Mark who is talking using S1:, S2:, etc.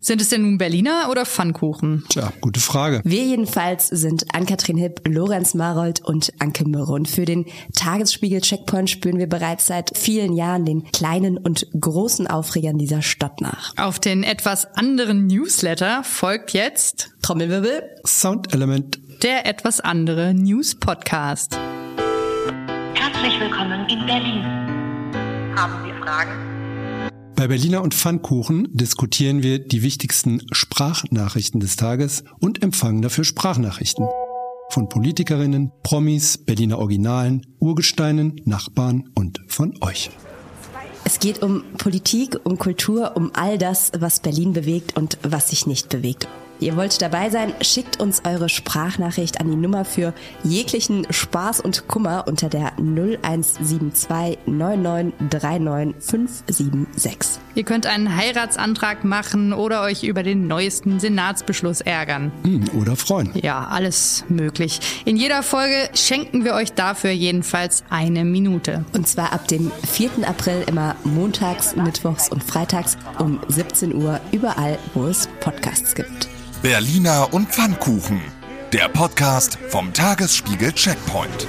S1: Sind es denn nun Berliner oder Pfannkuchen?
S2: Tja, gute Frage.
S3: Wir jedenfalls sind Ann-Kathrin Hipp, Lorenz Marold und Anke Mürre. Und für den Tagesspiegel-Checkpoint spüren wir bereits seit vielen Jahren den kleinen und großen Aufregern dieser Stadt nach.
S1: Auf den etwas anderen Newsletter folgt jetzt
S3: Trommelwirbel.
S2: Sound Element.
S1: der etwas andere News Podcast.
S4: Herzlich willkommen in Berlin. Haben Sie Fragen?
S2: Bei Berliner und Pfannkuchen diskutieren wir die wichtigsten Sprachnachrichten des Tages und empfangen dafür Sprachnachrichten. Von Politikerinnen, Promis, Berliner Originalen, Urgesteinen, Nachbarn und von euch.
S3: Es geht um Politik, um Kultur, um all das, was Berlin bewegt und was sich nicht bewegt. Ihr wollt dabei sein? Schickt uns eure Sprachnachricht an die Nummer für jeglichen Spaß und Kummer unter der 0172 9939576.
S1: Ihr könnt einen Heiratsantrag machen oder euch über den neuesten Senatsbeschluss ärgern.
S2: Hm, Oder freuen.
S1: Ja, alles möglich. In jeder Folge schenken wir euch dafür jedenfalls eine Minute.
S3: Und zwar ab dem 4. April immer montags, mittwochs und freitags um 17 Uhr überall, wo es Podcasts gibt.
S5: Berliner und Pfannkuchen. Der Podcast vom Tagesspiegel Checkpoint.